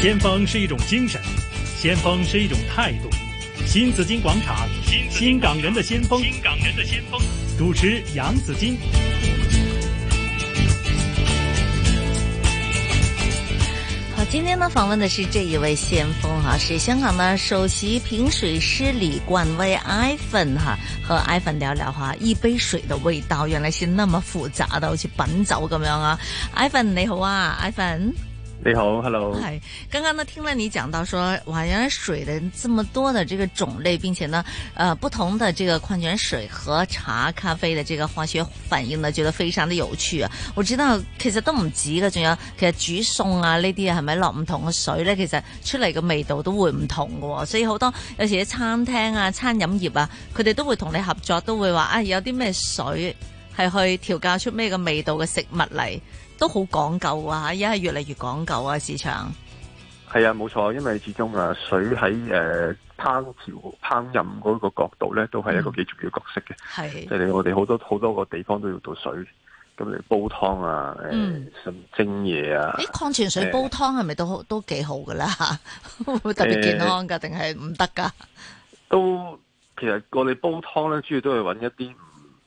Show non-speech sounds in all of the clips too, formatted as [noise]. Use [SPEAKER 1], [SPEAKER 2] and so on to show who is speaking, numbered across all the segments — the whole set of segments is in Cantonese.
[SPEAKER 1] 先锋是一种精神，先锋是一种态度。新紫金广场，新港人的先锋，
[SPEAKER 2] 新港人的先锋。
[SPEAKER 1] 主持杨紫金。
[SPEAKER 3] 好，今天呢访问的是这一位先锋哈、是香港的首席评水师李冠威 iPhone 哈、和 iPhone 聊聊哈、一杯水的味道原来是那么复杂的，好似品酒咁樣啊。iPhone 你好啊，iPhone。
[SPEAKER 4] 你好，Hello。
[SPEAKER 3] 哎，刚刚呢听了你讲到说，哇，原来水的这么多的这个种类，并且呢，呃，不同的这个矿泉水和茶、咖啡的这个化学反应呢，觉得非常的有趣啊！我知道其實都唔止嘅，仲有其實煮餸啊呢啲啊，係咪落唔同嘅水咧？其實出嚟嘅味道都會唔同嘅喎，所以好多有時啲餐廳啊、餐飲業啊，佢哋都會同你合作，都會話啊、有啲咩水係去調教出咩嘅味道嘅食物嚟。都好講究啊！而家係越嚟越講究啊，市場。
[SPEAKER 4] 係啊，冇錯，因為始終啊，水喺誒、呃烹調、烹飪嗰個角度咧，都係
[SPEAKER 3] 嗯
[SPEAKER 4] 一個幾重要角色嘅。
[SPEAKER 3] 係
[SPEAKER 4] 即係你我哋好多好多個地方都要到水，咁你煲湯啊，誒、
[SPEAKER 3] 嗯
[SPEAKER 4] 甚至蒸嘢啊，
[SPEAKER 3] 啲礦泉水煲湯係咪都好都幾好噶啦？ [laughs] 會唔會特別健康㗎，定係唔得㗎？
[SPEAKER 4] 都其實我哋煲湯咧，主要都係揾一啲唔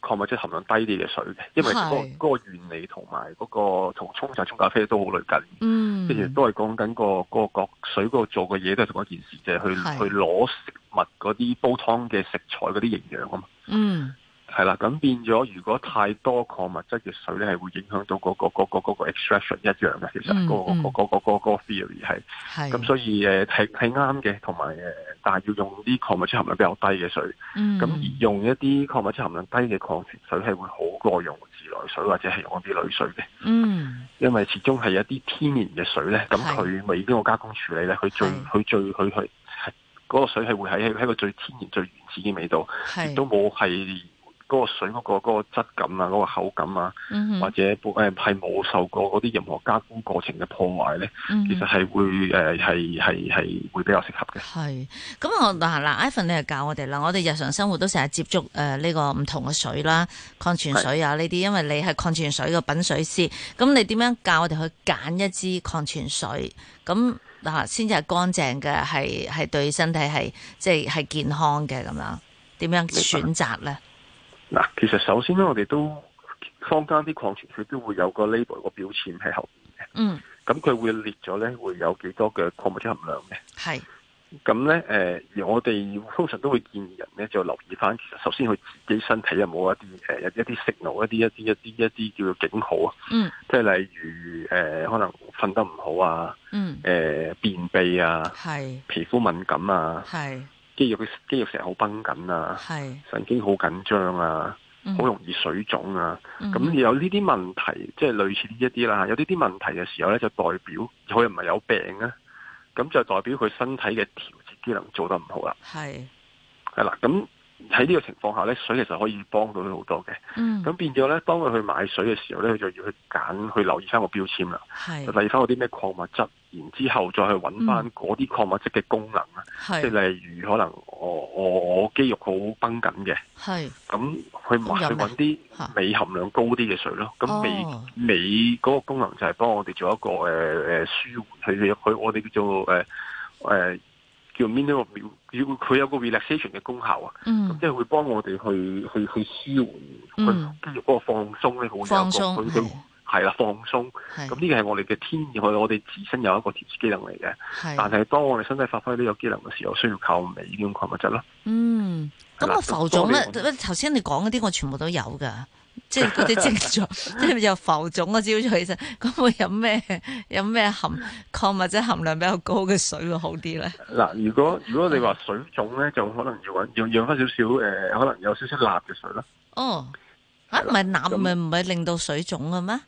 [SPEAKER 4] 礦物質含量低啲嘅水嘅，因為嗰、個
[SPEAKER 3] 係
[SPEAKER 4] 嗰個原理同埋嗰個同沖茶、沖咖啡都好類近。
[SPEAKER 3] 嗯
[SPEAKER 4] 即，係都係講緊個個個水嗰度做嘅嘢都係同一件事，就係、去
[SPEAKER 3] 係
[SPEAKER 4] 去攞食物嗰啲煲湯嘅食材嗰啲營養啊嘛。
[SPEAKER 3] 嗯，
[SPEAKER 4] 係啦，咁變咗如果太多礦物質嘅水咧，係會影響到嗰、個嗰、個嗰、個 extraction 一樣嘅。其實
[SPEAKER 3] 嗯
[SPEAKER 4] 嗰、
[SPEAKER 3] 嗯
[SPEAKER 4] 個嗰、個嗰、個嗰、個 theory 係，
[SPEAKER 3] 係。
[SPEAKER 4] 咁所以誒係係啱嘅，同埋誒但係要用啲礦物質含量比較低嘅水，咁、
[SPEAKER 3] 嗯，
[SPEAKER 4] 而用一啲礦物質含量低嘅礦泉水係會好過用自來水或者係用一啲鋁水嘅。
[SPEAKER 3] 嗯，
[SPEAKER 4] 因為始終係一啲天然嘅水咧，咁
[SPEAKER 3] 係
[SPEAKER 4] 佢未經過加工處理咧，佢最
[SPEAKER 3] 係
[SPEAKER 4] 佢最佢佢係嗰個水係會喺喺個最天然最原始嘅味道，亦
[SPEAKER 3] 係
[SPEAKER 4] 都冇係嗰個水嗰、個嗰、個質感啊，嗰、個口感啊，
[SPEAKER 3] 嗯哼
[SPEAKER 4] 或者誒係冇受過嗰啲任何加工過程嘅破壞咧，
[SPEAKER 3] 嗯哼
[SPEAKER 4] 其實係會誒係係係會比較適合嘅。
[SPEAKER 3] 係，咁我嗱嗱，Ivan 你係教我哋啦，我哋日常生活都成日接觸誒呢個唔同嘅水啦、礦泉水啊呢啲，因為你係礦泉水嘅品水師，咁你點樣教我哋去揀一支礦泉水？咁嗱，先至係乾淨嘅，係係對身體係即係係健康嘅咁樣，點樣選擇咧？
[SPEAKER 4] 嗱，其實首先咧，我哋都坊間啲礦泉水都會有個 label 個標籤喺後面
[SPEAKER 3] 嗯，
[SPEAKER 4] 嘅，咁佢會列咗咧會有幾多嘅礦物質含量嘅。
[SPEAKER 3] 係，
[SPEAKER 4] 咁咧，誒、而我哋通常都會建議人咧，就留意翻，其實首先佢自己身體有冇一啲誒、一啲 signal，一啲一啲一啲一啲叫做警號啊，
[SPEAKER 3] 嗯
[SPEAKER 4] 即係例如誒、呃可能瞓得唔好啊，
[SPEAKER 3] 嗯，
[SPEAKER 4] 誒、便秘啊，
[SPEAKER 3] 係
[SPEAKER 4] 皮膚敏感啊，
[SPEAKER 3] 係
[SPEAKER 4] 肌肉肌肉成日好繃緊啊，
[SPEAKER 3] 係，
[SPEAKER 4] 神經好緊張啊，
[SPEAKER 3] 嗯
[SPEAKER 4] 好容易水腫啊，
[SPEAKER 3] 嗯
[SPEAKER 4] 咁、有呢啲問題，即係類似呢一啲啦，有呢啲問題嘅時候咧，就代表佢唔係有病啊，咁就代表佢身體嘅調節機能做得唔好啦。
[SPEAKER 3] 係，
[SPEAKER 4] 係啦，咁喺呢個情況下咧，水其實可以幫到佢好多嘅。
[SPEAKER 3] 嗯，
[SPEAKER 4] 咁變咗咧，當佢去買水嘅時候咧，佢就要去揀，去留意翻個標籤啦，就
[SPEAKER 3] 係嗯
[SPEAKER 4] 留意翻嗰啲咩礦物質，然之後再去揾翻嗰啲礦物質嘅功能啊，即
[SPEAKER 3] 係
[SPEAKER 4] 係例如可能我我我肌肉好繃緊嘅，
[SPEAKER 3] 係
[SPEAKER 4] 咁去買
[SPEAKER 3] 飲
[SPEAKER 4] 去
[SPEAKER 3] 咩
[SPEAKER 4] 揾啲
[SPEAKER 3] 嚇
[SPEAKER 4] 鎂含量高啲嘅水咯。咁鎂
[SPEAKER 3] 哦
[SPEAKER 4] 鎂嗰個功能就係幫我哋做一個誒誒舒緩，佢佢我哋叫做誒誒叫 mineral，要佢有個 relaxation 嘅功效啊。咁
[SPEAKER 3] 嗯
[SPEAKER 4] 即係會幫我哋去去去舒緩
[SPEAKER 3] 嗯
[SPEAKER 4] 佢跟住嗰個放鬆咧，佢會有一個
[SPEAKER 3] 放鬆
[SPEAKER 4] 佢佢係啦放鬆。
[SPEAKER 3] 係
[SPEAKER 4] 咁呢個係我哋嘅天然，我我哋自身有一個調節機能嚟嘅。
[SPEAKER 3] 係
[SPEAKER 4] 但係當我哋身體發揮呢個機能嘅時候，需要靠鎂呢種礦物質啦。
[SPEAKER 3] 嗯，咁
[SPEAKER 4] 係啦
[SPEAKER 3] 啊浮腫咧
[SPEAKER 4] 咁多呢，
[SPEAKER 3] 頭先你講嗰啲我全部都有噶，即係嗰啲
[SPEAKER 4] [laughs]
[SPEAKER 3] 症狀，即係有浮腫啊，朝早起身，咁會有咩有咩含礦物質含量比較高嘅水會好啲咧？
[SPEAKER 4] 嗱，如果如果你話水腫咧，就可能要揾要養翻少少誒，呃可能有少少鈉嘅水啦。
[SPEAKER 3] 哦，啊
[SPEAKER 4] 係
[SPEAKER 3] 唔
[SPEAKER 4] 啦
[SPEAKER 3] 係鈉
[SPEAKER 4] 咁
[SPEAKER 3] 咪唔係令到水腫嘅咩？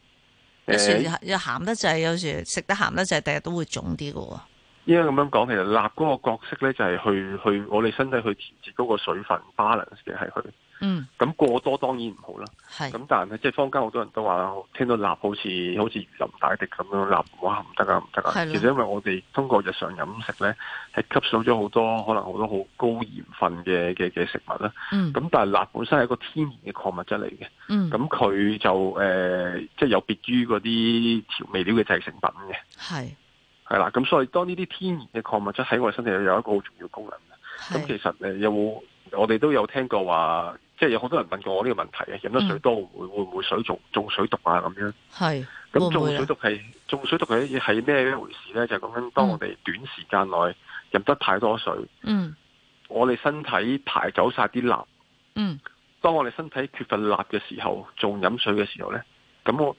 [SPEAKER 3] 有時
[SPEAKER 4] 誒，
[SPEAKER 3] 又鹹得滯，有時食得鹹得滯，第日都會腫啲嘅喎。
[SPEAKER 4] 應該咁樣講，其實鈉嗰個角色咧，就係去去我哋身體去調節嗰個水分 balance 嘅係佢。
[SPEAKER 3] 嗯，
[SPEAKER 4] 咁過多當然唔好啦。
[SPEAKER 3] 係，
[SPEAKER 4] 咁但係即係坊間好多人都話啦，聽到鈉好似好似如臨大敵咁樣，鈉哇唔得啊唔得啊！
[SPEAKER 3] 係咯
[SPEAKER 4] 其實因為我哋通過日常飲食咧，係吸收咗好多可能好多好高鹽分嘅嘅嘅食物啦。
[SPEAKER 3] 嗯
[SPEAKER 4] 咁但係鈉本身係一個天然嘅礦物質嚟嘅，
[SPEAKER 3] 嗯，
[SPEAKER 4] 咁佢就誒、呃即係有別於嗰啲調味料嘅製成品嘅。
[SPEAKER 3] 係
[SPEAKER 4] 係啦，咁所以當呢啲天然嘅礦物質喺我哋身體有一個好重要功能。咁其實誒有冇我哋都有聽過話，即係有好多人問過我呢個問題啊嘅，飲得
[SPEAKER 3] 嗯
[SPEAKER 4] 水多會會唔會水中中水毒啊咁樣？
[SPEAKER 3] 係
[SPEAKER 4] 咁
[SPEAKER 3] 會唔
[SPEAKER 4] 中
[SPEAKER 3] 會啊咧
[SPEAKER 4] 水毒係中水毒係係咩一回事咧？就係講緊當我哋短時間內飲得太多水，
[SPEAKER 3] 嗯
[SPEAKER 4] 我哋身體排走晒啲鈉。
[SPEAKER 3] 嗯
[SPEAKER 4] 當我哋身體缺乏鈉嘅時候，仲飲水嘅時候呢，咁我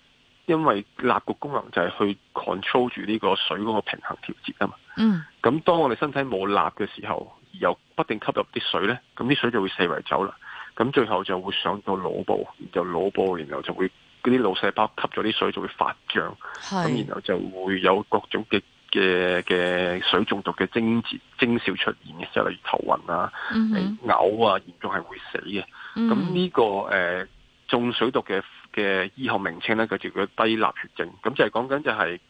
[SPEAKER 4] 因為鈉個功能就係去 control 住呢個水嗰個平衡調節啊嘛。
[SPEAKER 3] 嗯
[SPEAKER 4] 咁當我哋身體冇鈉嘅時候，而又不定吸入啲水呢，咁啲水就會四圍走啦。咁最後就會上到腦部，然後腦部，然後就會嗰啲腦細胞吸咗啲水就會發脹，咁
[SPEAKER 3] 係
[SPEAKER 4] 然後就會有各種嘅嘅嘅水中毒嘅徵兆徵兆出現嘅，就例如頭暈啊、
[SPEAKER 3] 嗯哼
[SPEAKER 4] 嘔啊，嚴重係會死嘅。咁
[SPEAKER 3] 嗯
[SPEAKER 4] 呢、個誒、呃中水毒嘅嘅醫學名稱咧，佢叫做低鈉血症。咁就係講緊就係、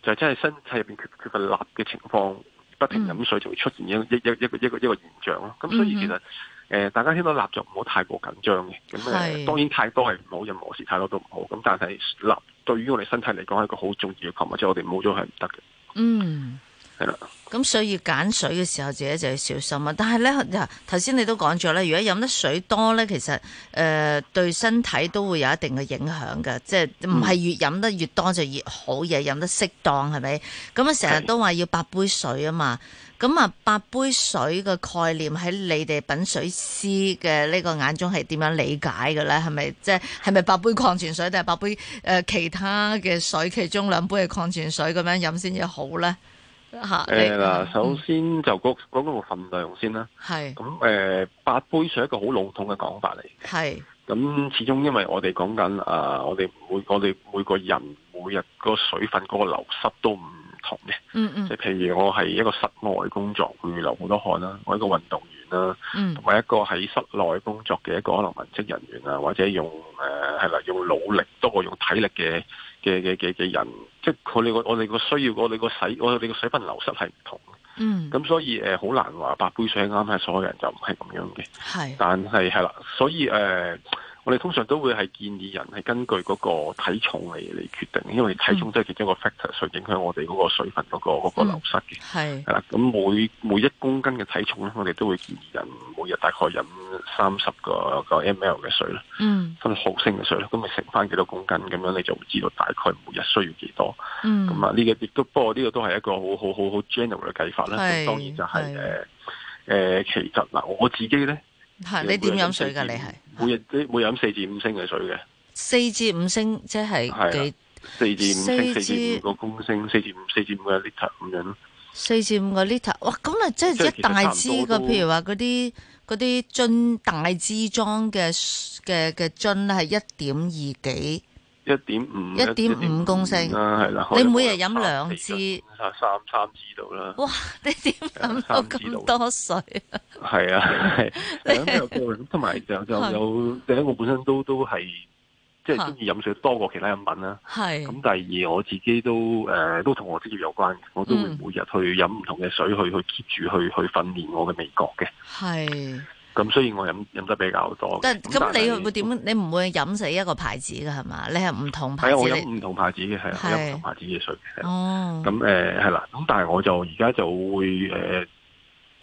[SPEAKER 4] 就係真係身體入邊缺缺乏鈉嘅情況，不
[SPEAKER 3] 嗯
[SPEAKER 4] 停飲水就會出現一一一一個一個一個現象咯。咁所以其實誒、呃大家聽到鈉就唔好太過緊張嘅。咁誒、呃
[SPEAKER 3] 係
[SPEAKER 4] 當然太多係唔好，任何事太多都唔好。咁但係鈉對於我哋身體嚟講係一個好重要嘅礦物質，我哋冇咗係唔得嘅。
[SPEAKER 3] 嗯。
[SPEAKER 4] 係啦，
[SPEAKER 3] 咁所以揀水嘅時候自己就要小心啊！但係咧，嗱頭先你都講咗啦，如果飲得水多咧，其實誒、呃、對身體都會有一定嘅影響嘅，即係唔係越飲得越多就越好嘢，飲得適當係咪？咁啊，成日
[SPEAKER 4] 係
[SPEAKER 3] 都話要八杯水啊嘛。咁啊，八杯水嘅概念喺你哋品水師嘅呢個眼中係點樣理解嘅咧？係咪即係係咪八杯礦泉水定係八杯誒、呃其他嘅水，其中兩杯係礦泉水咁樣飲先至好咧？吓
[SPEAKER 4] 誒、呃
[SPEAKER 3] 嗯
[SPEAKER 4] 嗱，首先就講講嗰個份量先啦。
[SPEAKER 3] 係
[SPEAKER 4] 咁誒、呃八杯水係一個好籠統嘅講法嚟。
[SPEAKER 3] 係
[SPEAKER 4] 咁始終因為我哋講緊啊，我哋每我哋每個人每日個水分嗰個流失都唔同嘅，
[SPEAKER 3] 嗯嗯
[SPEAKER 4] 即係譬如我係一個室外工作會流好多汗啦，我一個運動員啦，
[SPEAKER 3] 嗯
[SPEAKER 4] 同埋一個喺室內工作嘅一個可能文職人員啊，或者用誒係啦，用腦力多過用體力嘅嘅嘅嘅嘅人，即係佢哋個我哋個需要，我哋個洗我哋個水分流失係唔同嘅，
[SPEAKER 3] 嗯
[SPEAKER 4] 咁所以誒好難話八杯水啱係所有人就唔係咁樣嘅。
[SPEAKER 3] 係
[SPEAKER 4] 但係係啦，所以誒、呃我哋通常都會係建議人係根據嗰個體重嚟嚟決定，因為體重真係其中一個 factor，所以影響我哋嗰個水分嗰、個嗰、
[SPEAKER 3] 嗯
[SPEAKER 4] 個流失嘅。
[SPEAKER 3] 係
[SPEAKER 4] 係啦，咁每每一公斤嘅體重咧，我哋都會建議人每日大概飲三十個個 ml 嘅水啦，
[SPEAKER 3] 嗯
[SPEAKER 4] 分毫升嘅水啦，咁咪乘翻幾多公斤咁樣，你就會知道大概每日需要幾多。
[SPEAKER 3] 嗯
[SPEAKER 4] 咁啊，呢個亦都不過呢個都係一個好好好好 general 嘅計法啦。
[SPEAKER 3] 係
[SPEAKER 4] 咁當然就
[SPEAKER 3] 係
[SPEAKER 4] 係、誒、呃其實嗱，我自己咧。
[SPEAKER 3] 係啊你點飲水㗎？你係
[SPEAKER 4] 每日都每飲四至五升嘅水嘅，
[SPEAKER 3] 四至五升，即係
[SPEAKER 4] 係啊
[SPEAKER 3] 幾
[SPEAKER 4] 四至五升、
[SPEAKER 3] 四
[SPEAKER 4] 四
[SPEAKER 3] 至
[SPEAKER 4] 至五個公升、四至五、四至五個 liter 咁樣咯。
[SPEAKER 3] 四至五個 liter？哇！咁啊，即
[SPEAKER 4] 即
[SPEAKER 3] 係
[SPEAKER 4] 係
[SPEAKER 3] 一
[SPEAKER 4] 其實
[SPEAKER 3] 大支
[SPEAKER 4] 差唔
[SPEAKER 3] 嘅，
[SPEAKER 4] 多都
[SPEAKER 3] 譬如話嗰啲嗰啲樽大支裝嘅嘅嘅樽咧，係一點二幾。
[SPEAKER 4] 一點五、
[SPEAKER 3] 1.5公升
[SPEAKER 4] 啦，係啦。
[SPEAKER 3] 你
[SPEAKER 4] 可能
[SPEAKER 3] 每日
[SPEAKER 4] 我
[SPEAKER 3] 飲
[SPEAKER 4] 三
[SPEAKER 3] 兩
[SPEAKER 4] 四
[SPEAKER 3] 支
[SPEAKER 4] 三三三支到啦。
[SPEAKER 3] 哇！你點飲到咁多水啊？
[SPEAKER 4] 係啊，係係咁又過咁，同埋就就
[SPEAKER 3] 係
[SPEAKER 4] 有第一，我本身都都係即係
[SPEAKER 3] 嚇嗯
[SPEAKER 4] 中意飲水多過其他飲品啦。咁
[SPEAKER 3] 係
[SPEAKER 4] 第二，我自己都誒、呃都同我職業有關嘅，我都會
[SPEAKER 3] 嗯
[SPEAKER 4] 每日去飲唔同嘅水去去 keep 住去去訓練我嘅味覺嘅。
[SPEAKER 3] 係，
[SPEAKER 4] 咁所以我飲飲得比較多嘅。
[SPEAKER 3] 但咁
[SPEAKER 4] 係啊
[SPEAKER 3] 你會點？你唔會飲死一個牌子㗎係嘛？你係唔同
[SPEAKER 4] 係
[SPEAKER 3] 牌
[SPEAKER 4] 啊，
[SPEAKER 3] 子
[SPEAKER 4] 我
[SPEAKER 3] 你
[SPEAKER 4] 飲唔同牌子嘅，係啊，我
[SPEAKER 3] 係
[SPEAKER 4] 飲唔同牌子嘅水嘅。係啊
[SPEAKER 3] 哦。
[SPEAKER 4] 咁誒係啦，咁但係我就而家就會誒、呃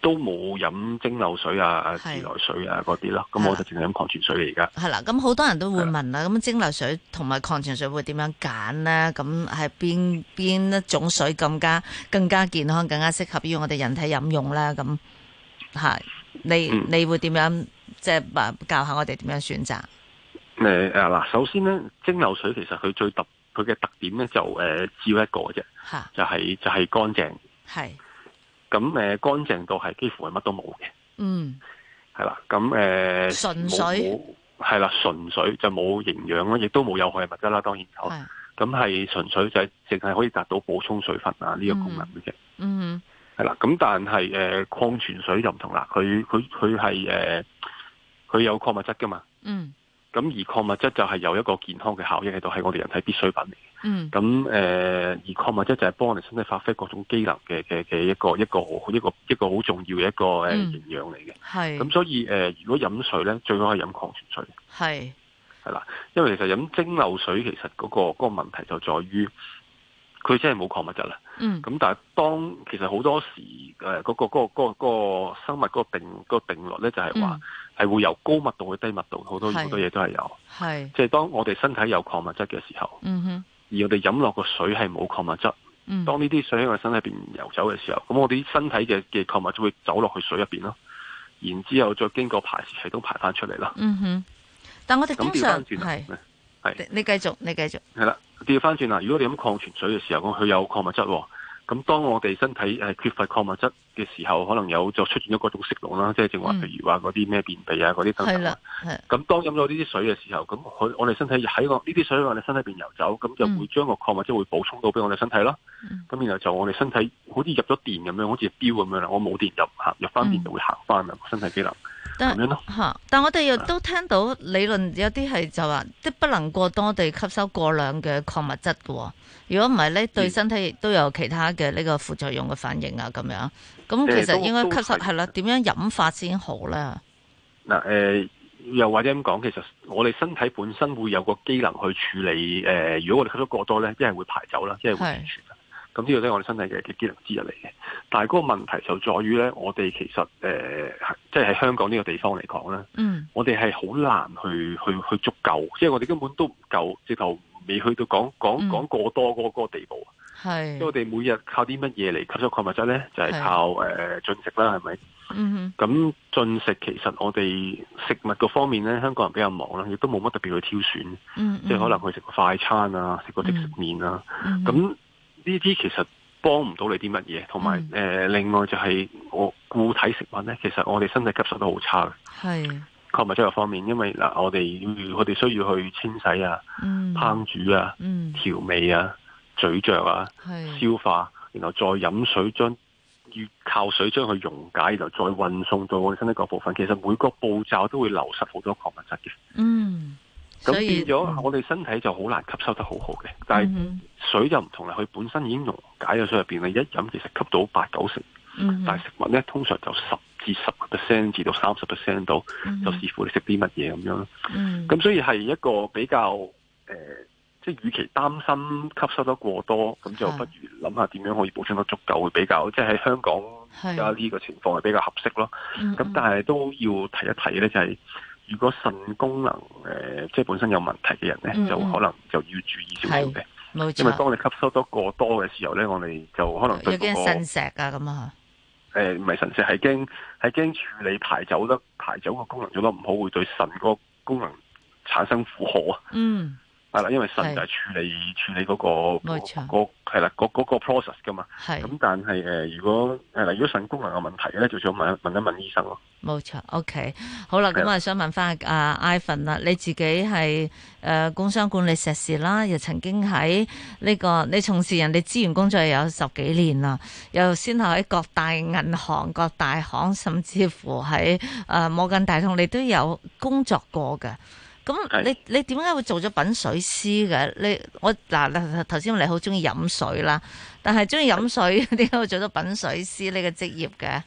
[SPEAKER 4] 都冇飲蒸餾水啊、自
[SPEAKER 3] 係
[SPEAKER 4] 來水啊嗰啲咯，
[SPEAKER 3] 係
[SPEAKER 4] 咁
[SPEAKER 3] 啦
[SPEAKER 4] 我就淨係飲礦泉水嚟而家。
[SPEAKER 3] 係啦，咁好多人都會
[SPEAKER 4] 係啦
[SPEAKER 3] 問啦，咁蒸餾水同埋礦泉水會點樣揀呢？咁係邊邊一種水更加更加健康，更加適合於我哋人體飲用啦？咁係你
[SPEAKER 4] 嗯
[SPEAKER 3] 你會點樣即係話教下我哋點樣選擇？
[SPEAKER 4] 誒誒嗱，首先咧，蒸餾水其實佢最特佢嘅特點咧就誒、呃只有一個嘅啫，
[SPEAKER 3] 吓
[SPEAKER 4] 就係、就係、乾淨。
[SPEAKER 3] 係
[SPEAKER 4] 咁誒、呃、乾淨到係幾乎係乜都冇嘅，
[SPEAKER 3] 嗯
[SPEAKER 4] 係啦。咁誒、呃、
[SPEAKER 3] 純
[SPEAKER 4] 冇
[SPEAKER 3] 水
[SPEAKER 4] 冇係啦，純水就冇營養啦，亦都冇有害物質啦，當然有。
[SPEAKER 3] 係
[SPEAKER 4] 咁係純粹就係淨係可以達到補充水分啊呢個功能嘅啫，
[SPEAKER 3] 嗯
[SPEAKER 4] 係啦。咁但係誒、呃、礦泉水就唔同啦，佢佢佢係誒佢有礦物質噶嘛，
[SPEAKER 3] 嗯
[SPEAKER 4] 咁而礦物質就係有一個健康嘅效益喺度，係我哋人體必需品嚟嘅。
[SPEAKER 3] 嗯
[SPEAKER 4] 咁誒、呃而礦物質就係幫我哋身體發揮各種機能嘅嘅嘅一個一個好一個一個好重要嘅一個誒
[SPEAKER 3] 嗯
[SPEAKER 4] 營養嚟嘅。咁
[SPEAKER 3] 係
[SPEAKER 4] 所以誒、呃如果飲水咧，最好係飲礦泉水。
[SPEAKER 3] 係
[SPEAKER 4] 係啦，因為其實飲蒸餾水其實嗰、個嗰個問題就在於佢真係冇礦物質啦。
[SPEAKER 3] 嗯
[SPEAKER 4] 咁但係當其實好多時誒嗰、個嗰、個嗰、個生物嗰個定、個定律咧，就係話係會由高密度去低密度，好多
[SPEAKER 3] 嗯係
[SPEAKER 4] 好多嘢都係有。
[SPEAKER 3] 係，
[SPEAKER 4] 即係當我哋身體有礦物質嘅時候，
[SPEAKER 3] 嗯哼，
[SPEAKER 4] 而我哋飲落個水係冇礦物質，
[SPEAKER 3] 嗯，
[SPEAKER 4] 當呢啲水喺我身體入邊游走嘅時候，咁我哋啲身體嘅嘅礦物質會走落去水入邊咯，然之後再經過排泄系統排翻出嚟啦。
[SPEAKER 3] 嗯哼，但我哋
[SPEAKER 4] 咁
[SPEAKER 3] 通
[SPEAKER 4] 調
[SPEAKER 3] 常
[SPEAKER 4] 翻轉啊
[SPEAKER 3] 係，
[SPEAKER 4] 啦，
[SPEAKER 3] 你你繼續，你繼續，
[SPEAKER 4] 係啦，調翻轉啦。啊如果你飲礦泉水嘅時候，咁佢有礦物質喎。咁當我哋身體誒缺乏礦物質嘅時候，可能有就出現咗嗰種色濃啦，即係正話
[SPEAKER 3] 嗯
[SPEAKER 4] 譬如話嗰啲咩便秘啊嗰啲等
[SPEAKER 3] 係
[SPEAKER 4] 等啦
[SPEAKER 3] 啦。，係，
[SPEAKER 4] 咁當飲咗呢啲水嘅時候，咁佢我哋身體喺個呢啲水喺我哋身體邊游走，咁就會將個礦物質會補充到俾我哋身體啦。
[SPEAKER 3] 嗯
[SPEAKER 4] 咁然後就我哋身體好似入咗電咁樣，好似錶咁樣啦。我冇電入行入翻電就會行翻
[SPEAKER 3] 嗯
[SPEAKER 4] 啦，身體機能咁
[SPEAKER 3] 但
[SPEAKER 4] 樣咯。
[SPEAKER 3] 吓，但我哋又都聽到理論有啲係就話，即不能過多地吸收過量嘅礦物質嘅喎。如果唔係咧，對身體亦都有其他嘅呢個副作用嘅反應啊，咁樣。咁
[SPEAKER 4] 誒
[SPEAKER 3] 其實
[SPEAKER 4] 都
[SPEAKER 3] 應該吸收
[SPEAKER 4] 都係
[SPEAKER 3] 係啦，點樣飲法先好咧？
[SPEAKER 4] 嗱，誒、呃又或者咁講，其實我哋身體本身會有個機能去處理，誒、如果我哋吸收過多咧，一係會排走啦，一係會儲存啦。咁呢個都係我哋身體嘅嘅機能之一嚟嘅。但係嗰個問題就在於咧，我哋其實誒、係即係喺香港呢個地方嚟講咧，
[SPEAKER 3] 嗯
[SPEAKER 4] 我哋係好難去去去足夠，即係我哋根本都唔夠，直頭未去到講講
[SPEAKER 3] 嗯
[SPEAKER 4] 講過多嗰嗰個地步。因為我
[SPEAKER 3] 係，
[SPEAKER 4] 哋每日靠啲乜嘢嚟吸收礦物質咧？就係、
[SPEAKER 3] 係
[SPEAKER 4] 靠誒、呃、進食啦，係咪？
[SPEAKER 3] 嗯
[SPEAKER 4] 咁進食其實我哋食物個方面咧，香港人比較忙啦，亦都冇乜特別去挑選，
[SPEAKER 3] 哼嗯，嗯
[SPEAKER 4] 即係可能去食個快餐啊，食個即食麵啊。
[SPEAKER 3] 能
[SPEAKER 4] 咁呢啲其實幫唔到你啲乜嘢，同埋
[SPEAKER 3] 嗯
[SPEAKER 4] 誒另外就係我固體食物咧，其實我哋身體吸收得好差嘅
[SPEAKER 3] 係，
[SPEAKER 4] 礦物質嘅方面，因為嗱、我哋要我哋需要去清洗啊、
[SPEAKER 3] 嗯，
[SPEAKER 4] 烹煮啊、
[SPEAKER 3] 嗯
[SPEAKER 4] 調味啊、咀嚼啊、
[SPEAKER 3] 係，
[SPEAKER 4] 消化，然後再飲水將要靠水將佢溶解，然後再運送到我哋身體各部分。其實每個步驟都會流失好多礦物質嘅，
[SPEAKER 3] 嗯，所
[SPEAKER 4] 咁
[SPEAKER 3] 以嗯
[SPEAKER 4] 變咗我哋身體就好難吸收得好好嘅。但係
[SPEAKER 3] 係，
[SPEAKER 4] 水就唔同啦，佢本身已經溶解咗水入邊啦，一飲其實吸到八九成，
[SPEAKER 3] 嗯哼
[SPEAKER 4] 但係食物咧通常就十至十 percent 至到三十 percent 到，就視乎你食啲乜嘢咁樣咯。
[SPEAKER 3] 嗯
[SPEAKER 4] 咁所以係一個比較誒、呃即係與其擔心吸收得過多，咁就
[SPEAKER 3] 係
[SPEAKER 4] 不如諗下點樣可以補充得足夠，會比較即係喺香港而
[SPEAKER 3] 係
[SPEAKER 4] 家呢個情況係比較合適咯。
[SPEAKER 3] 嗯
[SPEAKER 4] 咁但係都要提一提咧，就係、如果腎功能誒、呃即係本身有問題嘅人咧，
[SPEAKER 3] 嗯
[SPEAKER 4] 就
[SPEAKER 3] 嗯
[SPEAKER 4] 可能就要注意少少嘅，
[SPEAKER 3] 冇
[SPEAKER 4] 因為
[SPEAKER 3] 錯，
[SPEAKER 4] 當你吸收得過多嘅時候咧，我哋就可能
[SPEAKER 3] 有
[SPEAKER 4] 對
[SPEAKER 3] 啲
[SPEAKER 4] 嗰、
[SPEAKER 3] 人
[SPEAKER 4] 個
[SPEAKER 3] 腎石啊咁啊，
[SPEAKER 4] 誒唔係腎石，係驚係驚處理排走得排走個功能做得唔好，會對腎個功能產生負荷啊。
[SPEAKER 3] 嗯，
[SPEAKER 4] 係啦，因為腎
[SPEAKER 3] 係
[SPEAKER 4] 就係處理處理嗰、個
[SPEAKER 3] 冇錯
[SPEAKER 4] 嗰係啦，嗰嗰個 process 噶嘛。
[SPEAKER 3] 係。
[SPEAKER 4] 咁但係誒、呃如果誒如果腎功能有問題咧，就想問一問一問醫生咯。
[SPEAKER 3] 冇錯，OK，好啦，咁啊，想問翻阿 Ivan 啦，你自己係誒工商管理碩士啦，又曾經喺呢、個你從事人哋資源工作有十幾年啦，又先後喺各大銀行、各大行，甚至乎喺誒、呃摩根大通，你都有工作過嘅。咁
[SPEAKER 4] 係
[SPEAKER 3] 你你點解會做咗品水師嘅？你我嗱嗱頭先你好中意飲水啦，但係中意飲水， [laughs] 點解會做咗品水師呢個職業嘅？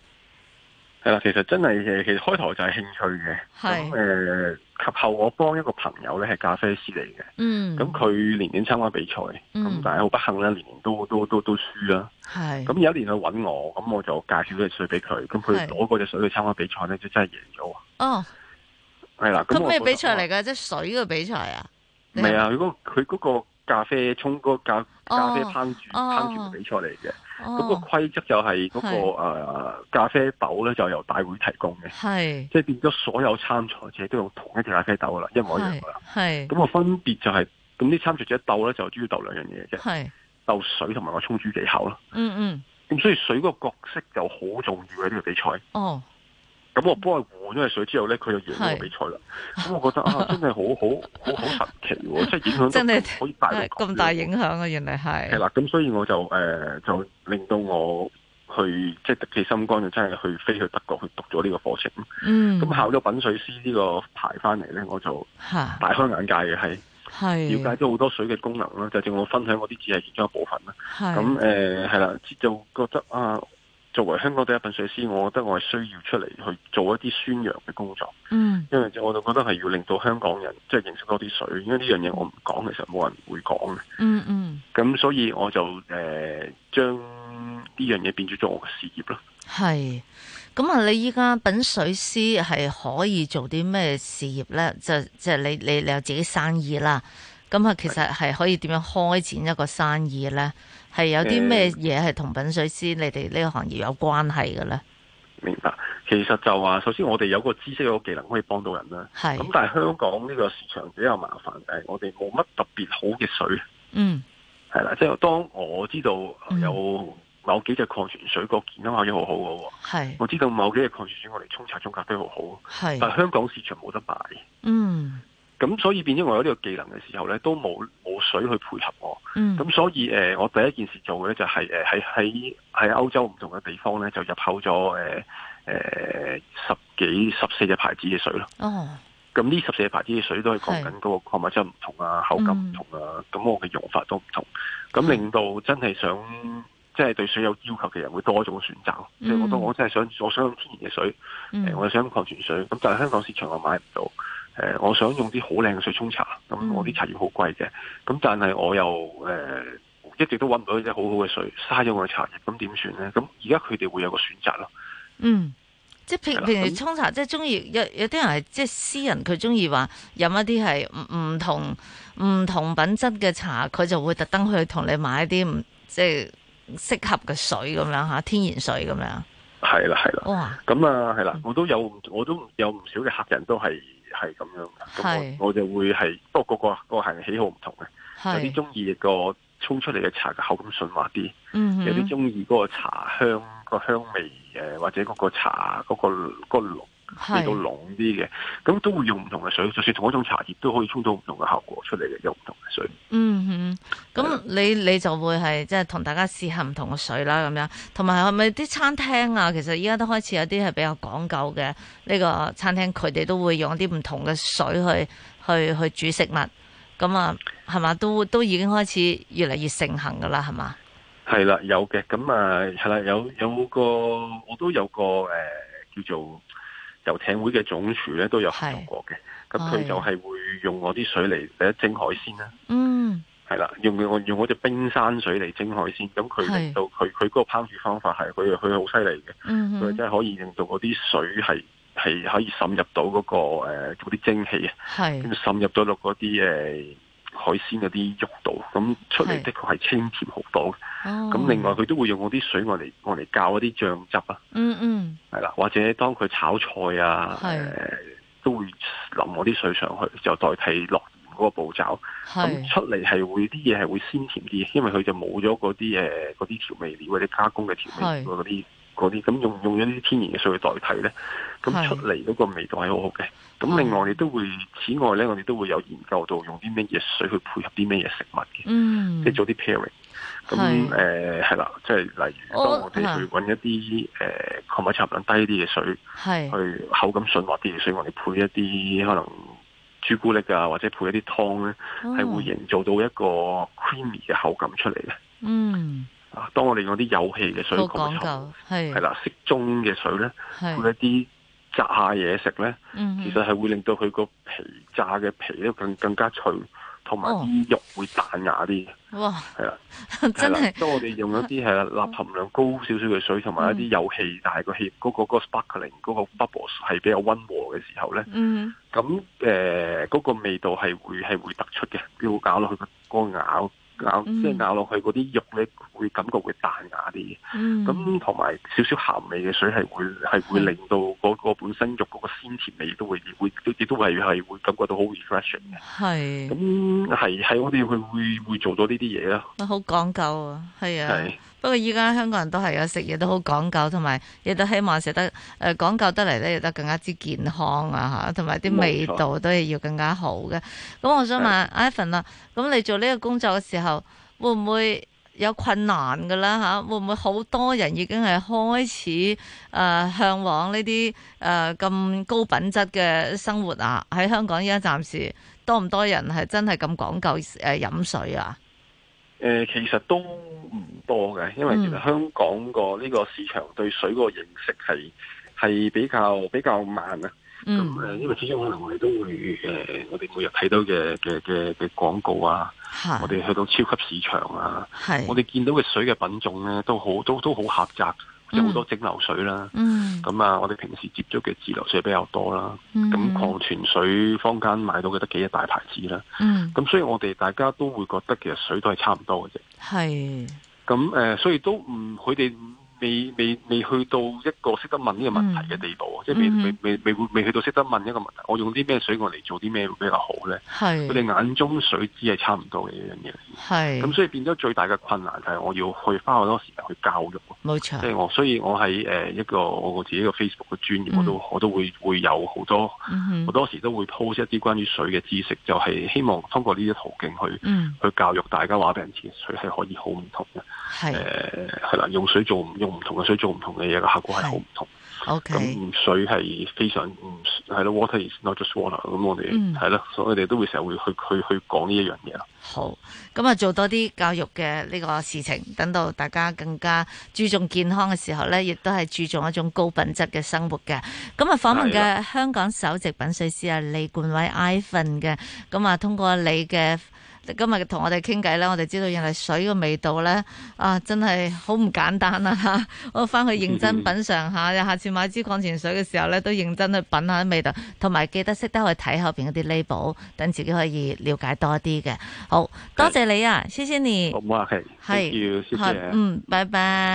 [SPEAKER 4] 係啦，其實真係誒，其實開頭就係興趣嘅。
[SPEAKER 3] 係
[SPEAKER 4] 咁誒，及後我幫一個朋友咧係咖啡師嚟嘅，
[SPEAKER 3] 嗯，
[SPEAKER 4] 咁佢年年參加比賽，咁、
[SPEAKER 3] 嗯
[SPEAKER 4] 但係好不幸咧，年年都都都都輸啦。
[SPEAKER 3] 係
[SPEAKER 4] 咁有一年佢揾我，咁我就介紹咗隻水俾佢，咁佢
[SPEAKER 3] 係
[SPEAKER 4] 攞嗰隻水去參加比賽咧，就真係贏咗喎。
[SPEAKER 3] 哦，
[SPEAKER 4] 係啦，
[SPEAKER 3] 咁
[SPEAKER 4] 我
[SPEAKER 3] 咩
[SPEAKER 4] 覺得
[SPEAKER 3] 比賽
[SPEAKER 4] 哇
[SPEAKER 3] 嚟噶？即係水嘅比賽啊？
[SPEAKER 4] 唔係啊，佢嗰佢嗰個咖啡沖嗰個咖咖啡烹煮
[SPEAKER 3] 哦
[SPEAKER 4] 烹煮嘅比賽嚟嘅，
[SPEAKER 3] 哦，
[SPEAKER 4] 咁個規則就係嗰
[SPEAKER 3] 係
[SPEAKER 4] 個誒咖啡豆咧就由大會提供嘅，
[SPEAKER 3] 係哦
[SPEAKER 4] 即係變咗所有參賽者都用同一隻咖啡豆㗎啦，一模一樣
[SPEAKER 3] 係
[SPEAKER 4] 㗎啦。
[SPEAKER 3] 係
[SPEAKER 4] 咁個分別就係咁啲參賽者鬥咧就主要鬥兩樣嘢嘅啫，
[SPEAKER 3] 係，
[SPEAKER 4] 鬥水同埋個沖煮技巧啦。
[SPEAKER 3] 嗯嗯，
[SPEAKER 4] 咁所以水嗰個角色就好重要嘅呢個比賽。
[SPEAKER 3] 哦，
[SPEAKER 4] 咁我幫佢換咗隻水之後咧，佢就贏咗
[SPEAKER 3] 係
[SPEAKER 4] 個比賽啦。咁我覺
[SPEAKER 3] [laughs]
[SPEAKER 4] 得啊，真係好好好好神奇喎！即係影響
[SPEAKER 3] 真係
[SPEAKER 4] 到可以大到
[SPEAKER 3] 係
[SPEAKER 4] 咁
[SPEAKER 3] 咁大
[SPEAKER 4] 樣喎
[SPEAKER 3] 影響啊！原來係
[SPEAKER 4] 係啦，咁所以我就誒、呃就令到我去即係滴起心肝，就真係去飛去德國去讀咗呢個課程。
[SPEAKER 3] 嗯，
[SPEAKER 4] 咁考咗品水師呢個牌翻嚟咧，我就
[SPEAKER 3] 吓
[SPEAKER 4] 大開眼界嘅，係
[SPEAKER 3] 係
[SPEAKER 4] 了解咗好多水嘅功能
[SPEAKER 3] 嗯
[SPEAKER 4] 呃啦。就正如我分享嗰啲只係其中一部分啦。
[SPEAKER 3] 係
[SPEAKER 4] 咁誒係啦，就覺得啊，作為香港第一品水師，我覺得我係需要出嚟去做一啲宣揚嘅工作，
[SPEAKER 3] 嗯
[SPEAKER 4] 因為就我就覺得係要令到香港人即係認識多啲水，因為呢樣嘢我唔講，其實冇人會講嘅。
[SPEAKER 3] 嗯嗯，
[SPEAKER 4] 咁所以我就誒將呢樣嘢變咗做我嘅事業咯。
[SPEAKER 3] 係。咁啊，你依家品水師係可以做啲咩事業咧？就即係你你你有自己生意啦。咁啊，其實係可以點樣開展一個生意咧？係有啲咩嘢係同品水師你哋呢個行業有關係嘅咧？
[SPEAKER 4] 明白，其實就話首先我哋有個知識有個技能可以幫到人啦。
[SPEAKER 3] 係
[SPEAKER 4] 咁，但係香港呢個市場比較麻煩，誒我哋冇乜特別好嘅水，
[SPEAKER 3] 嗯
[SPEAKER 4] 係啦。即係當我知道
[SPEAKER 3] 嗯
[SPEAKER 4] 有某幾隻礦泉水個健康效益好好嘅喎，
[SPEAKER 3] 係
[SPEAKER 4] 我知道某幾隻礦泉水我哋沖茶沖咖啡好好，
[SPEAKER 3] 係
[SPEAKER 4] 但係香港市場冇得買，
[SPEAKER 3] 嗯
[SPEAKER 4] 咁所以變咗我有呢個技能嘅時候呢，都冇冇水去配合我。
[SPEAKER 3] 嗯
[SPEAKER 4] 咁所以誒、呃我第一件事做嘅咧就係誒喺喺喺歐洲唔同嘅地方咧就入口咗誒誒十幾十四隻牌子嘅水咯。
[SPEAKER 3] 哦
[SPEAKER 4] 咁呢十四隻牌子嘅水都係講緊
[SPEAKER 3] 係嗯
[SPEAKER 4] 嗰個礦物質唔同啊，口感唔同啊，咁、我嘅用法都唔同，咁令到真係想即係對水有要求嘅人會多一種選擇。即係我都
[SPEAKER 3] 嗯
[SPEAKER 4] 我真係想我想用天然嘅水，
[SPEAKER 3] 嗯
[SPEAKER 4] 誒我想用礦泉水，咁但係香港市場我買唔到。誒、我想用啲好靚嘅水沖茶，咁
[SPEAKER 3] 嗯
[SPEAKER 4] 我啲茶葉好貴嘅，咁但係我又誒、一直都揾唔到一隻好好嘅水，嘥咗我嘅茶葉，咁點算呢？咁而家佢哋會有個選擇咯，
[SPEAKER 3] 嗯，即係
[SPEAKER 4] 係
[SPEAKER 3] 平
[SPEAKER 4] 啦
[SPEAKER 3] 平時
[SPEAKER 4] 咁
[SPEAKER 3] 沖茶，即係中意有有啲人係即係私人，佢中意話飲一啲係唔唔同唔同品質嘅茶，佢就會特登去同你買一啲唔即係適合嘅水咁樣吓，天然水咁樣。
[SPEAKER 4] 係啦係啦，
[SPEAKER 3] 哇，
[SPEAKER 4] 咁啊係啦
[SPEAKER 3] 嗯，
[SPEAKER 4] 我都有我都有唔少嘅客人都係係咁樣嘅，
[SPEAKER 3] 係
[SPEAKER 4] 咁我我就會係不過個個個客人喜好唔同嘅，有
[SPEAKER 3] 係，
[SPEAKER 4] 啲中意個沖出嚟嘅茶嘅口感順滑啲。
[SPEAKER 3] 嗯
[SPEAKER 4] 有啲
[SPEAKER 3] 哼，
[SPEAKER 4] 中意嗰個茶香個香味誒，或者嗰個茶嗰、個、個濃味道
[SPEAKER 3] 係，
[SPEAKER 4] 濃啲嘅，咁都會用唔同嘅水，就算同一種茶葉都可以沖到唔同嘅效果出嚟嘅，有唔同嘅水。
[SPEAKER 3] 嗯哼，
[SPEAKER 4] 啊
[SPEAKER 3] 咁你你就會係即係同大家試下唔同嘅水啦，咁樣，同埋係咪啲餐廳啊？其實依家都開始有啲係比較講究嘅呢個餐廳，佢哋都會用啲唔同嘅水去去去煮食物，咁啊係嘛，都都已經開始越嚟越盛行噶啦，係嘛？
[SPEAKER 4] 係啦，有嘅，咁啊係啦，有有個我都有個誒、呃叫做遊艇會嘅總廚咧，都有合作
[SPEAKER 3] 係
[SPEAKER 4] 過嘅，咁佢
[SPEAKER 3] 係哦
[SPEAKER 4] 就係會用我啲水嚟誒蒸海鮮啦。
[SPEAKER 3] 嗯
[SPEAKER 4] 係啦，用我用嗰隻冰山水嚟蒸海鮮，咁
[SPEAKER 3] 係
[SPEAKER 4] 佢令到佢佢嗰個烹煮方法係佢佢好犀利嘅。
[SPEAKER 3] 嗯
[SPEAKER 4] 佢
[SPEAKER 3] 哼，
[SPEAKER 4] 真係可以令到嗰啲水係係可以滲入到嗰、個誒嗰啲蒸氣啊，跟
[SPEAKER 3] 係
[SPEAKER 4] 住滲入咗落嗰啲誒海鮮嗰啲肉度，咁出
[SPEAKER 3] 係
[SPEAKER 4] 嚟的確係清甜好多嘅。
[SPEAKER 3] 哦，
[SPEAKER 4] 咁另外佢都會用嗰啲水我嚟我嚟教嗰啲醬汁啊，
[SPEAKER 3] 嗯嗯
[SPEAKER 4] 係啦，或者當佢炒菜啊，
[SPEAKER 3] 係
[SPEAKER 4] 誒都會淋我啲水上去，就代替落鹽嗰個步驟。咁
[SPEAKER 3] 係
[SPEAKER 4] 出嚟係會啲嘢係會鮮甜啲，因為佢就冇咗嗰啲誒嗰啲調味料或者加工嘅調味料嗰啲嗰啲，咁用用咗啲天然嘅水去代替咧，
[SPEAKER 3] 係
[SPEAKER 4] 咁出嚟嗰個味道係好好嘅。咁另外我哋都會，此外咧，我哋都會有研究到用啲咩嘢水去配合啲咩嘢食物嘅，
[SPEAKER 3] 嗯
[SPEAKER 4] 即係做啲 pairing。
[SPEAKER 3] 係
[SPEAKER 4] 咁誒係啦，即係例如當
[SPEAKER 3] 我
[SPEAKER 4] 我哋去揾一啲誒礦物質含量低啲嘅水，
[SPEAKER 3] 係
[SPEAKER 4] 去口感順滑啲嘅水，我哋配一啲可能朱古力啊，或者配一啲湯咧。係會
[SPEAKER 3] 哦
[SPEAKER 4] 營造到一個 creamy 嘅口感出嚟嘅。
[SPEAKER 3] 嗯
[SPEAKER 4] 啊，當我哋用啲有氣嘅水
[SPEAKER 3] 好
[SPEAKER 4] 過
[SPEAKER 3] 講
[SPEAKER 4] 後，
[SPEAKER 3] 究係
[SPEAKER 4] 係啦，適中嘅水咧，配
[SPEAKER 3] 係
[SPEAKER 4] 一啲炸嘢食咧，
[SPEAKER 3] 嗯哼
[SPEAKER 4] 其實係會令到佢個皮炸嘅皮咧更更加脆，同埋
[SPEAKER 3] 哦
[SPEAKER 4] 啲肉會彈牙啲嘅。
[SPEAKER 3] 哇
[SPEAKER 4] 係啦，係
[SPEAKER 3] [laughs] 真
[SPEAKER 4] 啦
[SPEAKER 3] 係。
[SPEAKER 4] 當我哋用一啲係啦鈉含量高少少嘅水，同埋
[SPEAKER 3] 嗯
[SPEAKER 4] 一啲有氣，但係個氣嗰個嗰個 sparkling 嗰個 bubbles 係比較溫和嘅時候咧。
[SPEAKER 3] 嗯
[SPEAKER 4] 咁誒嗰個味道係會係會突出嘅，要咬落去個咬咬，
[SPEAKER 3] 嗯
[SPEAKER 4] 即係咬落去嗰啲肉咧，會感覺會彈牙啲嘅。
[SPEAKER 3] 嗯，
[SPEAKER 4] 咁同埋少少鹹味嘅水係會係會
[SPEAKER 3] 係
[SPEAKER 4] 令到嗰個本身肉嗰個鮮甜味都會會亦都係係會感覺到好 refreshing 嘅。
[SPEAKER 3] 係嗯
[SPEAKER 4] 咁係係我哋會會會做到呢啲嘢啦，
[SPEAKER 3] 好講究啊，係啊
[SPEAKER 4] 係。
[SPEAKER 3] 不過依家香港人都係有食嘢都好講究，同埋亦都希望食得誒、呃、講究得嚟咧，亦都更加之健康啊嚇，同埋啲
[SPEAKER 4] 冇錯
[SPEAKER 3] 味道都係要更加好嘅。咁我想問 Ivan 啦，咁你做呢個工作嘅時候，會唔會有困難㗎啦嚇？會唔會好多人已經係開始誒、呃、向往呢啲誒咁高品質嘅生活啊？喺香港依家暫時多唔多人係真係咁講究誒、呃、飲水啊？
[SPEAKER 4] 誒、其實都唔多嘅，因為
[SPEAKER 3] 嗯
[SPEAKER 4] 其實香港個呢個市場對水個認識係係比較比較慢啊。咁
[SPEAKER 3] 嗯，
[SPEAKER 4] 誒，因為始終可能我哋都會誒、呃我哋每日睇到嘅嘅嘅嘅廣告啊，
[SPEAKER 3] 吓
[SPEAKER 4] 我，哋去到超級市場啊，
[SPEAKER 3] 係，
[SPEAKER 4] 我哋見到嘅水嘅品種咧都好都都好狹窄，即係好
[SPEAKER 3] 嗯
[SPEAKER 4] 多蒸餾水啦。
[SPEAKER 3] 嗯，
[SPEAKER 4] 咁啊，我哋平時接觸嘅自流水比較多啦，
[SPEAKER 3] 嗯
[SPEAKER 4] 咁礦泉水坊間買到嘅得幾隻大牌子啦，
[SPEAKER 3] 嗯，
[SPEAKER 4] 咁所以我哋大家都會覺得其實水都係差唔多嘅啫。
[SPEAKER 3] 係，
[SPEAKER 4] 咁誒、呃所以都唔佢哋未未未去到一個識得問呢個問題嘅地步，啊即係未
[SPEAKER 3] 嗯
[SPEAKER 4] 未未未會未去到識得問一個問題，我用啲咩水我嚟做啲咩會比較好咧？佢
[SPEAKER 3] 係，
[SPEAKER 4] 哋眼中水只係差唔多嘅一樣嘢，咁
[SPEAKER 3] 係，
[SPEAKER 4] 所以變咗最大嘅困難就係我要去花好多時間去教育，
[SPEAKER 3] 冇錯
[SPEAKER 4] 即，係我所以我喺誒、呃一個我自己嘅 Facebook 嘅專頁，我都我都會會有好多
[SPEAKER 3] 嗯
[SPEAKER 4] 好
[SPEAKER 3] 哼，
[SPEAKER 4] 多時都會 post 一啲關於水嘅知識，就係希望通過呢啲途徑去
[SPEAKER 3] 嗯，
[SPEAKER 4] 去教育大家話俾人知，水係可以好唔同嘅。
[SPEAKER 3] 係
[SPEAKER 4] 誒呃係啦，用水做唔用唔同嘅水做唔同嘅嘢，個效果係好唔同。
[SPEAKER 3] ，OK，
[SPEAKER 4] 咁水係非常唔係咯，water is not just water。咁我哋
[SPEAKER 3] 嗯
[SPEAKER 4] 係咯，所以我哋都會成日會去去去講呢一樣嘢啦。
[SPEAKER 3] 好，咁啊做多啲教育嘅呢個事情，等到大家更加注重健康嘅時候呢，亦都係注重一種高品質嘅生活嘅。咁啊，訪問
[SPEAKER 4] 係
[SPEAKER 3] 嘅香港首席品水師啊李冠偉 Ivan 嘅，咁啊通過你嘅。今日同我哋傾偈呢，我哋知道原來水嘅味道呢，啊，真係好唔簡單啊！ [laughs] 嚇，我翻去認真品嚐下，下次買支礦泉水嘅時候呢，都認真去品下啲味道，同埋記得識得去睇後邊嗰啲 label，等自己可以了解多啲嘅。好多謝你啊，謝謝你
[SPEAKER 4] 好，唔好客氣，
[SPEAKER 3] 係
[SPEAKER 4] thank you，謝
[SPEAKER 3] 好
[SPEAKER 4] 謝。
[SPEAKER 3] 嗯，拜拜。